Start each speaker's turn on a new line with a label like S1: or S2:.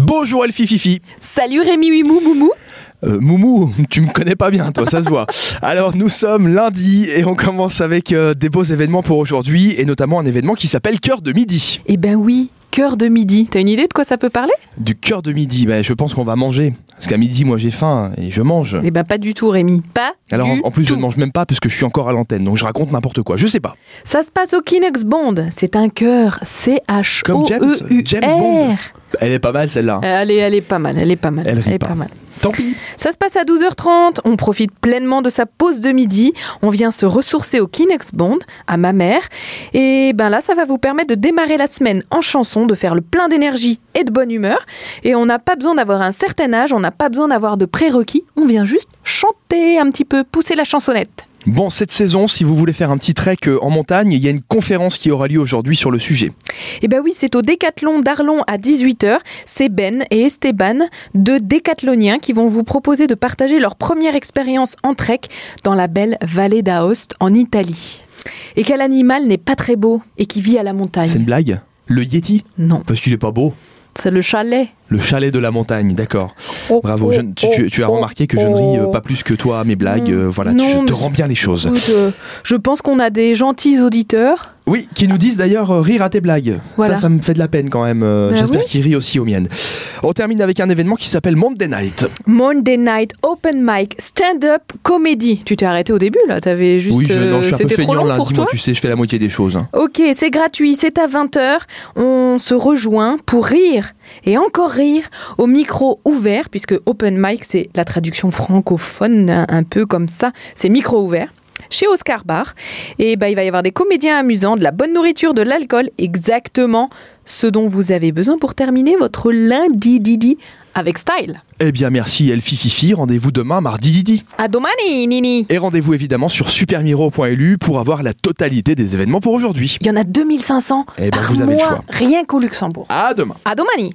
S1: Bonjour Elfie Fifi.
S2: Salut Rémi Wimou Moumou.
S1: Euh, Moumou, tu me connais pas bien, toi, ça se voit. Alors, nous sommes lundi et on commence avec euh, des beaux événements pour aujourd'hui et notamment un événement qui s'appelle Cœur de Midi.
S2: Eh ben oui, cœur de midi. T'as une idée de quoi ça peut parler
S1: Du cœur de midi, bah, je pense qu'on va manger. Parce qu'à midi, moi, j'ai faim et je mange.
S2: Eh ben pas du tout Rémi, pas
S1: Hein. Alors,
S2: du
S1: en, en plus, je
S2: tout.
S1: ne mange même pas parce que je suis encore à l'antenne, donc je raconte n'importe quoi, je sais pas.
S2: Ça se passe au Kinex Bond. C'est un cœur C H O
S1: Comme James-
S2: E U
S1: James Bond.
S2: R.
S1: Elle est pas mal, celle-là.
S2: Elle est, elle est pas mal, elle est pas mal,
S1: Elle rit
S2: est
S1: pas.
S2: pas mal.
S1: Tant pis.
S2: Ça se passe à 12h30, on profite pleinement de sa pause de midi, on vient se ressourcer au Kinex Bond, à ma mère, et ben là ça va vous permettre de démarrer la semaine en chanson, de faire le plein d'énergie et de bonne humeur, et on n'a pas besoin d'avoir un certain âge, on n'a pas besoin d'avoir de prérequis, on vient juste chanter un petit peu, pousser la chansonnette.
S1: Bon, cette saison, si vous voulez faire un petit trek euh, en montagne, il y a une conférence qui aura lieu aujourd'hui sur le sujet.
S2: Et ben oui, c'est au Décathlon d'Arlon à 18h, c'est Ben et Esteban, deux décathloniens qui vont vous proposer de partager leur première expérience en trek dans la belle vallée d'Aoste en Italie. Et quel animal n'est pas très beau et qui vit à la
S1: C'est une
S2: montagne
S1: blague Le Yeti
S2: Non,
S1: Parce qu'il est pas beau.
S2: c'est le chalet.
S1: Le chalet de la montagne, d'accord.
S2: Oh,
S1: Bravo, je- tu, tu- tu as remarqué que je ne ris euh, pas plus que toi à mes blagues.
S2: Mm.
S1: euh, voilà, tu-
S2: Non,
S1: je te
S2: mais
S1: rends bien les choses.
S2: Écoute, euh, je pense qu'on a des gentils auditeurs.
S1: Oui, qui nous disent d'ailleurs euh, rire à tes blagues.
S2: Voilà.
S1: Ça, ça me fait de la peine quand même. euh,
S2: Bah
S1: J'espère
S2: oui.
S1: qu'ils rient aussi aux miennes. On termine avec un événement qui s'appelle Monday Night.
S2: Monday Night Open Mic Stand-Up Comedy. Tu t'es arrêté au début là, t'avais juste.
S1: oui, je, non,
S2: euh,
S1: je suis un peu
S2: C'était trop
S1: feignant
S2: long
S1: lundi,
S2: pour toi.
S1: moi, tu sais, je fais la moitié des choses. hein.
S2: Ok, c'est gratuit, c'est à 20h. On se rejoint pour rire et encore rire au micro ouvert, puisque open mic, c'est la traduction francophone, hein, un un peu comme ça, c'est micro ouvert. Chez Oscar Bar, et ben il va y avoir des comédiens amusants, de la bonne nourriture, de l'alcool, exactement ce dont vous avez besoin pour terminer votre lundi didi avec style.
S1: Eh bien, merci Elfie Fifi. Rendez-vous demain, mardi Didi.
S2: À domani, Nini.
S1: Et rendez-vous évidemment sur supermiro.lu pour avoir la totalité des événements pour aujourd'hui.
S2: Il y en a 2500
S1: Eh ben,
S2: par
S1: vous avez le
S2: mois,
S1: choix.
S2: rien qu'au Luxembourg.
S1: À demain.
S2: À domani.